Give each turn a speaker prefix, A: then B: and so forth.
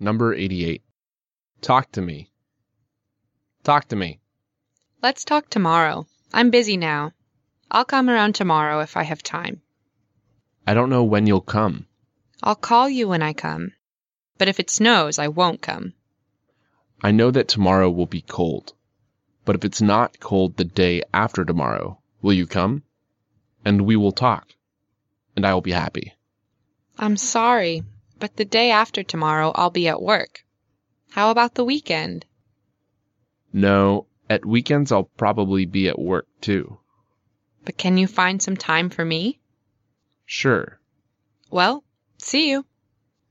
A: Number 88. Talk to me. Talk to me.
B: Let's talk tomorrow. I'm busy now. I'll come around tomorrow if I have time.
A: I don't know when you'll come.
B: I'll call you when I come. But if it snows, I won't come.
A: I know that tomorrow will be cold. But if it's not cold the day after tomorrow, will you come? And we will talk. And I will be happy.
B: I'm sorry, but the day after tomorrow I'll be at work. How about the weekend?
A: No, at weekends I'll probably be at work too.
B: But can you find some time for me?
A: Sure.
B: Well, see you.